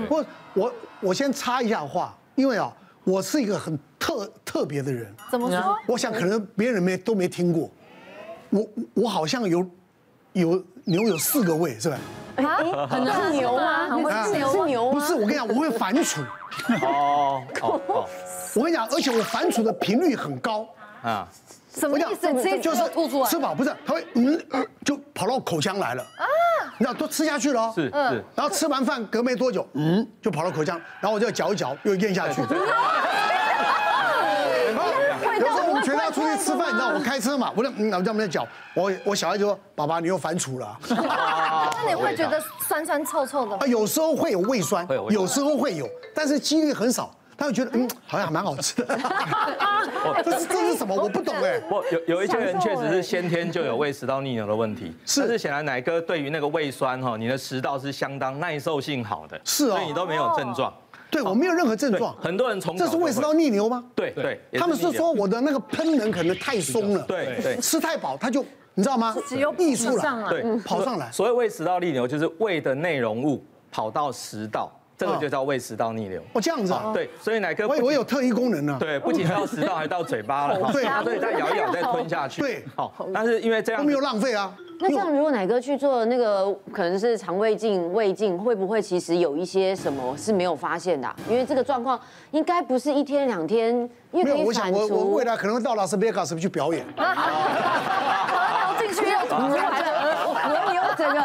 嗯不过我我先插一下话，因为啊，我是一个很特特别的人，怎么说？我想可能别人没都没听过，我我好像有有牛有四个胃是吧？啊，很是牛吗？很会那是牛是吗？牛不吗？是，我跟你讲，我会反刍，哦哦 哦，我跟你讲，而且我反刍的频率很高。啊，什我么讲意思？你这就是吐出来吃饱不是，它会嗯呃就跑到口腔来了啊，你知道都吃下去了哦，嗯是是然后吃完饭隔没多久，嗯，就跑到口腔，然后我就嚼一嚼，又咽下去。 有时候我们全家出去吃饭，你知道我开车嘛，我就嗯，我在我们在嚼，我我小孩就说：“爸爸，你又反刍了 啊。”那你会觉得酸酸臭臭的吗啊，？有时候会有胃酸会有，胃酸有时候会有，但是几率很少。他就觉得嗯，好像还蛮好吃的。 哦这是这是什么？我不懂哎。不，有有一些人确实是先天就有胃食道逆流的问题，欸 是但是显然奶哥对于那个胃酸哈，你的食道是相当耐受性好的，是哦所以你都没有症状。对我没有任何症对状，，很多人从小这是就胃会食道逆流吗？对对，也他们是逆流说我的那个喷能可能太松了，对对吃太饱他就你知道吗？只有溢出上来来，对嗯跑上来。所谓胃食道逆流，就是胃的内容物跑到食道，这个就叫胃食道逆流。哦，这样子啊，对，所以奶哥不我仅我有特异功能呢。对，不仅到食道，还到嘴巴了，哈对啊它所以再咬一咬，再吞下去。对好，但是因为这他样没有浪费啊。那这样，如果奶哥去做那个可能是肠胃镜、胃镜，会不会其实有一些什么是没有发现的啊、因为这个状况应该不是一天两天，因为没有，可以我想反我我未刍。来可能会到拉斯维加斯去表演。头进去又吐出来了，牛牛整个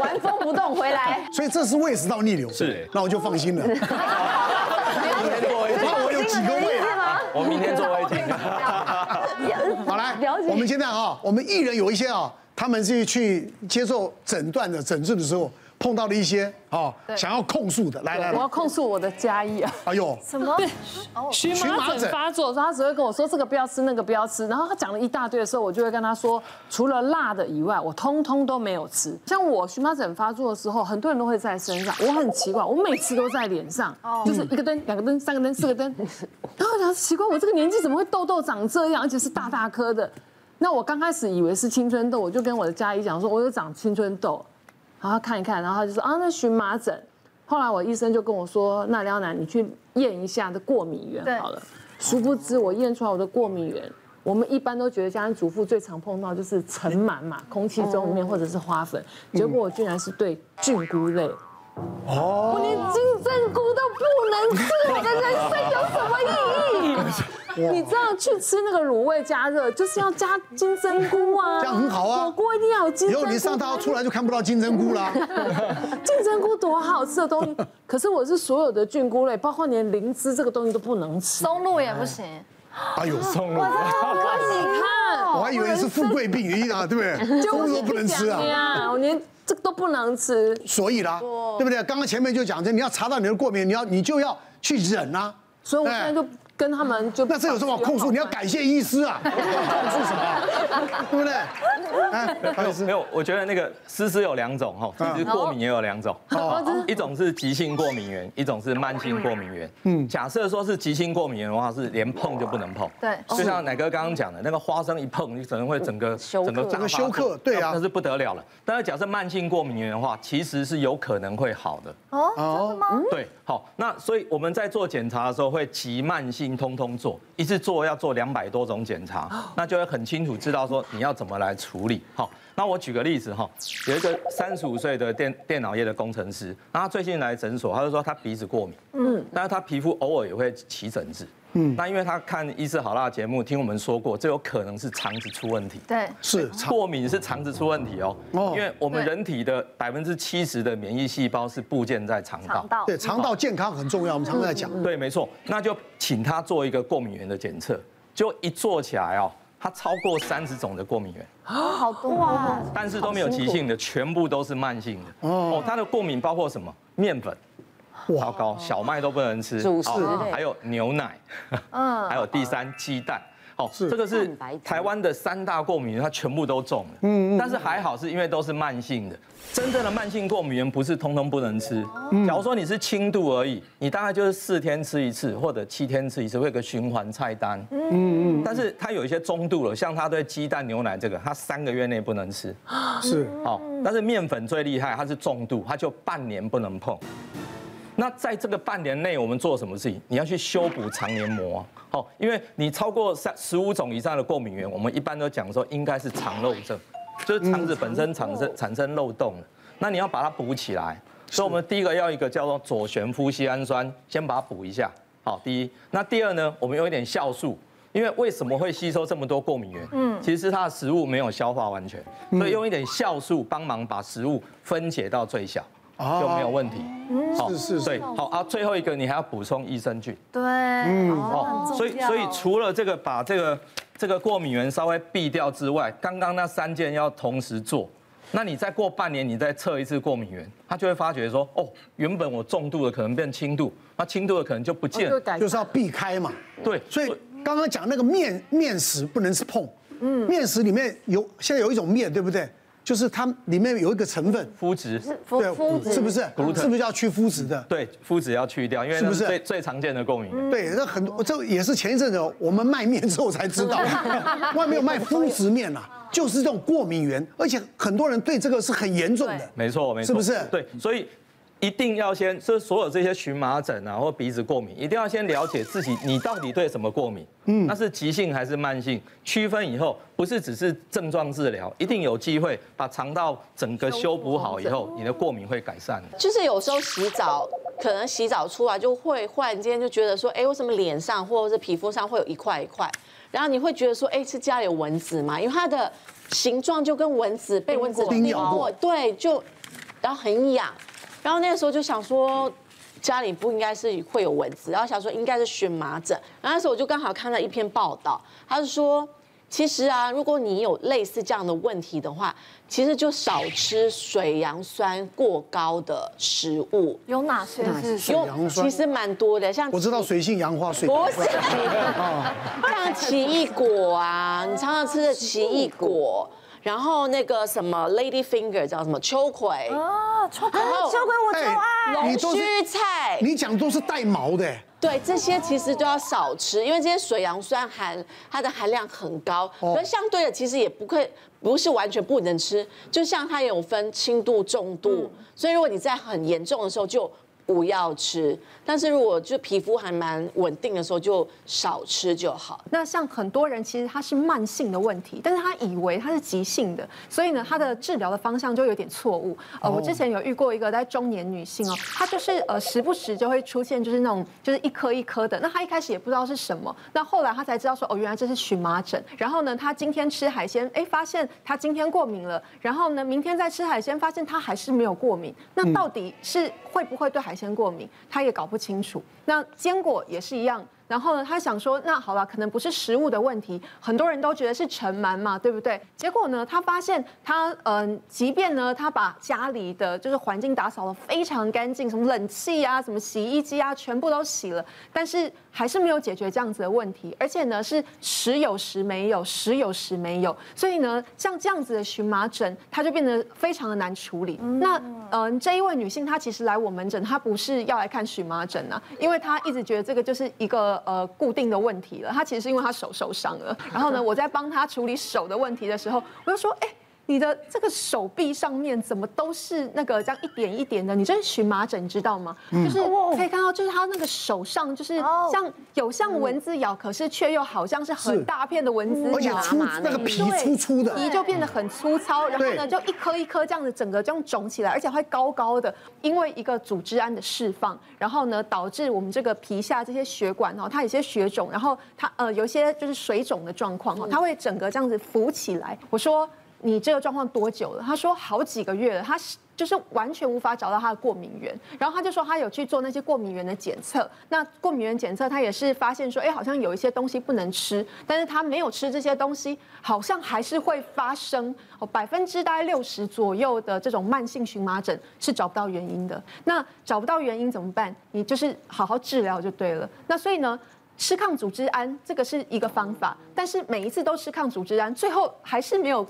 玩风不动回来。所以这是胃食道逆流，是那我就放心 了。我怕我有几个胃啊。我明天做胃啊镜。 好来，我们现在啊，我们艺人有一些啊，他们是去接受诊断的诊治的时候，碰到了一些啊想要控诉的，来来我要来，控诉我的嘉义啊，哎呦，什么？哦荨麻疹发作的时候，他只会跟我说这个不要吃，那个不要吃。然后他讲了一大堆的时候，我就会跟他说，除了辣的以外，我通通都没有吃。像我荨麻疹发作的时候，很多人都会在身上，我很奇怪，我每次都在脸上，就是一个灯、两个灯、三个灯、四个灯。然后我想奇怪，我这个年纪怎么会痘痘长这样，而且是大大颗的？那我刚开始以为是青春痘，我就跟我的家医讲说，我有长青春痘。然后他看一看，然后他就说啊，那荨麻疹。后来我医生就跟我说，那廖楠你去验一下的过敏对源好了。殊不知我验出来我的过敏源，我们一般都觉得家庭主妇最常碰到就是尘螨嘛，空气中里面或者是花粉，结果我居然是对菌菇类。哦，我连金针菇都不能吃，我的人生有什么意义？你知道去吃那个卤味加热，就是要加金针菇啊，这样很好啊火锅一定要有金以针菇。后你上大号出来就看不到金针菇 啦。金针菇多好吃的东西，可是我是所有的菌菇类，包括连灵芝这个东西都不能吃。松露也不行。哎呦，你看，我还以为是富贵病一啊，对不对？ 就工我作不能吃啊，啊，我连这个都不能吃。所以啦，对不对？刚刚前面就讲这，你要查到你的过敏，你要你就要去忍啊。所以我现在哎就跟他们就那这有什么好控诉？你要感谢医师啊，控诉什么 啊？对不对？哎，没好有意思没，有，我觉得那个湿湿有两种哈，其实过敏也有两种，一种是急性过敏源，一种是慢性过敏源。嗯，假设说是急性过敏源的话，是连碰就不能碰。对就像奶哥刚刚讲的，那个花生一碰，你可能会整个休克整个大整个休克对啊那是不得了了。但是假设慢性过敏源的话，其实是有可能会好的。哦，真的吗？对，好，那所以我们在做检查的时候会急慢性通通做，一次做要做两百多种检查，那就会很清楚知道说你要怎么来处理。好，那我举个例子哈，有一个三十五岁的电电脑业的工程师，那他最近来诊所，他就说他鼻子过敏，嗯，但是他皮肤偶尔也会起疹子，嗯，那因为他看《医师好辣》节目，听我们说过，这有可能是肠子出问题。对，是查过敏是肠子出问题哦，哦因为我们对人体的百分之七十的免疫细胞是部件在肠道肠，道。对肠道健康很重要，我们常常在讲。嗯嗯对，没错，那就请他做一个过敏源的检测，就一做起来哦，他超过三十种的过敏源，啊好多哇，但是都没有急性的，全部都是慢性的。哦，他的过敏包括什么？面粉。糟糕，小麦都不能吃，主食哦类还有牛奶，嗯，还有第三鸡蛋，哦，这个是蛋白质台湾的三大过敏源，它全部都中了，嗯，但是还好是因为都是慢性的，真正的慢性过敏源不是通通不能吃，假如说你是轻度而已，你大概就是四天吃一次或者七天吃一次，会有个循环菜单，嗯嗯，但是它有一些中度了，像它对鸡蛋、牛奶这个，它三个月内不能吃，哦是嗯好，但是面粉最厉害，它是重度，它就半年不能碰。那在这个半年内，我们做什么事情？你要去修补肠黏膜、啊，好，因为你超过三十五种以上的过敏源，我们一般都讲说应该是肠漏症，就是肠子本身产生产生漏洞了。那你要把它补起来，所以我们第一个要一个叫做左旋夫西氨酸，先把它补一下。好，第一。那第二呢，我们用一点酵素。因为为什么会吸收这么多过敏源？嗯，其实它的食物没有消化完全，所以用一点酵素帮忙把食物分解到最小，就没有问题。好，是是是对，好啊。最后一个你还要补充益生菌。对，哦，所以所以除了这个把这个这个过敏源稍微避掉之外，刚刚那三件要同时做。那你再过半年，你再测一次过敏源，他就会发觉说，哦，原本我重度的可能变轻度，那轻度的可能就不见了。改就是要避开嘛。对，所以刚刚讲那个面面食不能是碰，嗯，面食里面有现在有一种面，对不对？就是它里面有一个成分，肤质肤哦肤质是不是？ gluten 是不是要去肤质的？对肤质要去掉，因为是那不是是最最常见的过敏源。对，那很多这也是前一阵子我们卖面之后才知道， 外面有卖麸质面呐、啊，就是这种过敏源，而且很多人对这个是很严重的。没错，没错，是不是对，所以一定要先，这所有这些荨麻疹啊或鼻子过敏，一定要先了解自己你到底对什么过敏，嗯，那是急性还是慢性，区分以后，不是只是症状治疗，一定有机会把肠道整个修补好以后，你的过敏会改善的。就是有时候洗澡，可能洗澡出来就会忽然间就觉得说，哎，为什么脸上或者是皮肤上会有一块一块？然后你会觉得说，哎，是家里有蚊子吗？因为它的形状就跟蚊子被蚊子叮咬过对，就然后很痒，然后那个时候就想说。家里不应该是会有蚊子，然后想说应该是荨麻疹，然后那时候我就刚好看到一篇报道，他是说其实啊，如果你有类似这样的问题的话，其实就少吃水杨酸过高的食物，有哪些是水杨酸其实蛮多的，像我知道水性杨花水，不是，像奇异哦果啊，你常常吃的奇异果，然后那个什么 lady finger 叫什么秋葵，啊？秋葵，后秋葵我就啊爱。哎你都是须菜，你讲都是带毛的，对，这些其实都要少吃，因为这些水杨酸含它的含量很高，哦那相对的其实也不可以不是完全不能吃，就像它也有分轻度、重度，所以如果你在很严重的时候就。不要吃，但是如果就皮肤还蛮稳定的时候，就少吃就好。那像很多人其实他是慢性的问题，但是他以为他是急性的，所以呢，他的治疗的方向就有点错误。呃，我之前有遇过一个在中年女性哦，她就是呃时不时就会出现就是那种就是一颗一颗的，那她一开始也不知道是什么，那后来她才知道说哦原来这是荨麻疹，然后呢她今天吃海鲜，哎发现她今天过敏了，然后呢明天再吃海鲜发现她还是没有过敏，那到底是会不会对海鲜过敏，她也搞不清楚。那坚果也是一样。然后呢，他想说，那好了，可能不是食物的问题，很多人都觉得是尘螨嘛，对不对？结果呢，他发现他，嗯、即便呢，他把家里的就是环境打扫的非常干净，什么冷气啊，什么洗衣机啊，全部都洗了，但是还是没有解决这样子的问题，而且呢，是时有时没有，时有时没有，所以呢，像这样子的荨麻疹，它就变得非常的难处理。那，嗯、这一位女性她其实来我门诊，她不是要来看荨麻疹啊，因为她一直觉得这个就是一个呃固定的问题了。她其实是因为她手受伤了，然后呢，我在帮她处理手的问题的时候，我就说，哎、你的这个手臂上面怎么都是那个这样一点一点的？你这是荨麻疹，你知道吗？嗯就是可以看到，就是她那个手上就是哦像有像蚊子咬，可是却又好像是是很大片的蚊子而且咬，啊粗那个皮粗粗的，皮就变得很粗糙，然后呢，就一颗一颗这样子，整个这样肿起来，而且会高高的。因为一个组织胺的释放，然后呢，导致我们这个皮下这些血管哦，它有些血肿，然后它呃有一些就是水肿的状况哦，它会整个这样子浮起来。我说你这个状况多久了？他说好几个月了，他是就是完全无法找到他的过敏源。然后他就说他有去做那些过敏源的检测，那过敏源检测他也是发现说，哎，好像有一些东西不能吃，但是他没有吃这些东西，好像还是会发生哦，百分之大概六十左右的这种慢性荨麻疹是找不到原因的。那找不到原因怎么办？你就是好好治疗就对了。那所以呢？吃抗组织胺这个是一个方法，但是每一次都吃抗组织胺，最后还是没有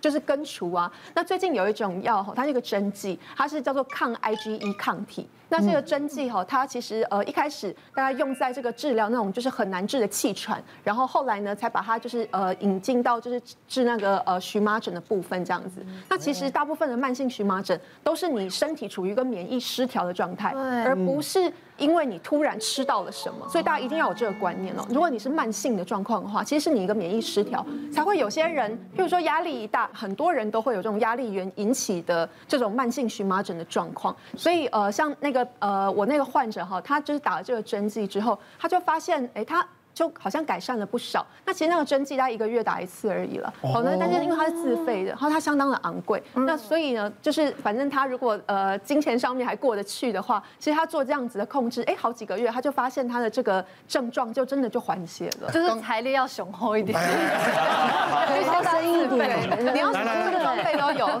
就是根除啊。那最近有一种药吼，它是一个针剂，它是叫做抗 IgE 抗体。那这个针剂哈，它其实呃一开始大概用在这个治疗那种就是很难治的气喘，然后后来呢才把它就是呃引进到就是治那个呃荨麻疹的部分这样子。那其实大部分的慢性荨麻疹都是你身体处于一个免疫失调的状态，而不是因为你突然吃到了什么，所以大家一定要有这个观念哦。如果你是慢性的状况的话，其实是你一个免疫失调，才会有些人，譬如说压力一大，很多人都会有这种压力源引起的这种慢性荨麻疹的状况。所以呃，像那个呃，我那个患者哈，他就是打了这个针剂之后，他就发现，哎，他。就好像改善了不少。那其实那个针剂大概一个月打一次而已了。哦，那但是因为它是自费的，然后它相当的昂贵。那所以呢，就是反正他如果呃金钱上面还过得去的话，其实他做这样子的控制，哎，好几个月他就发现他的这个症状就真的就缓解了。就是财力要雄厚一点。 高深对，一哎点你要什么这个装备都有。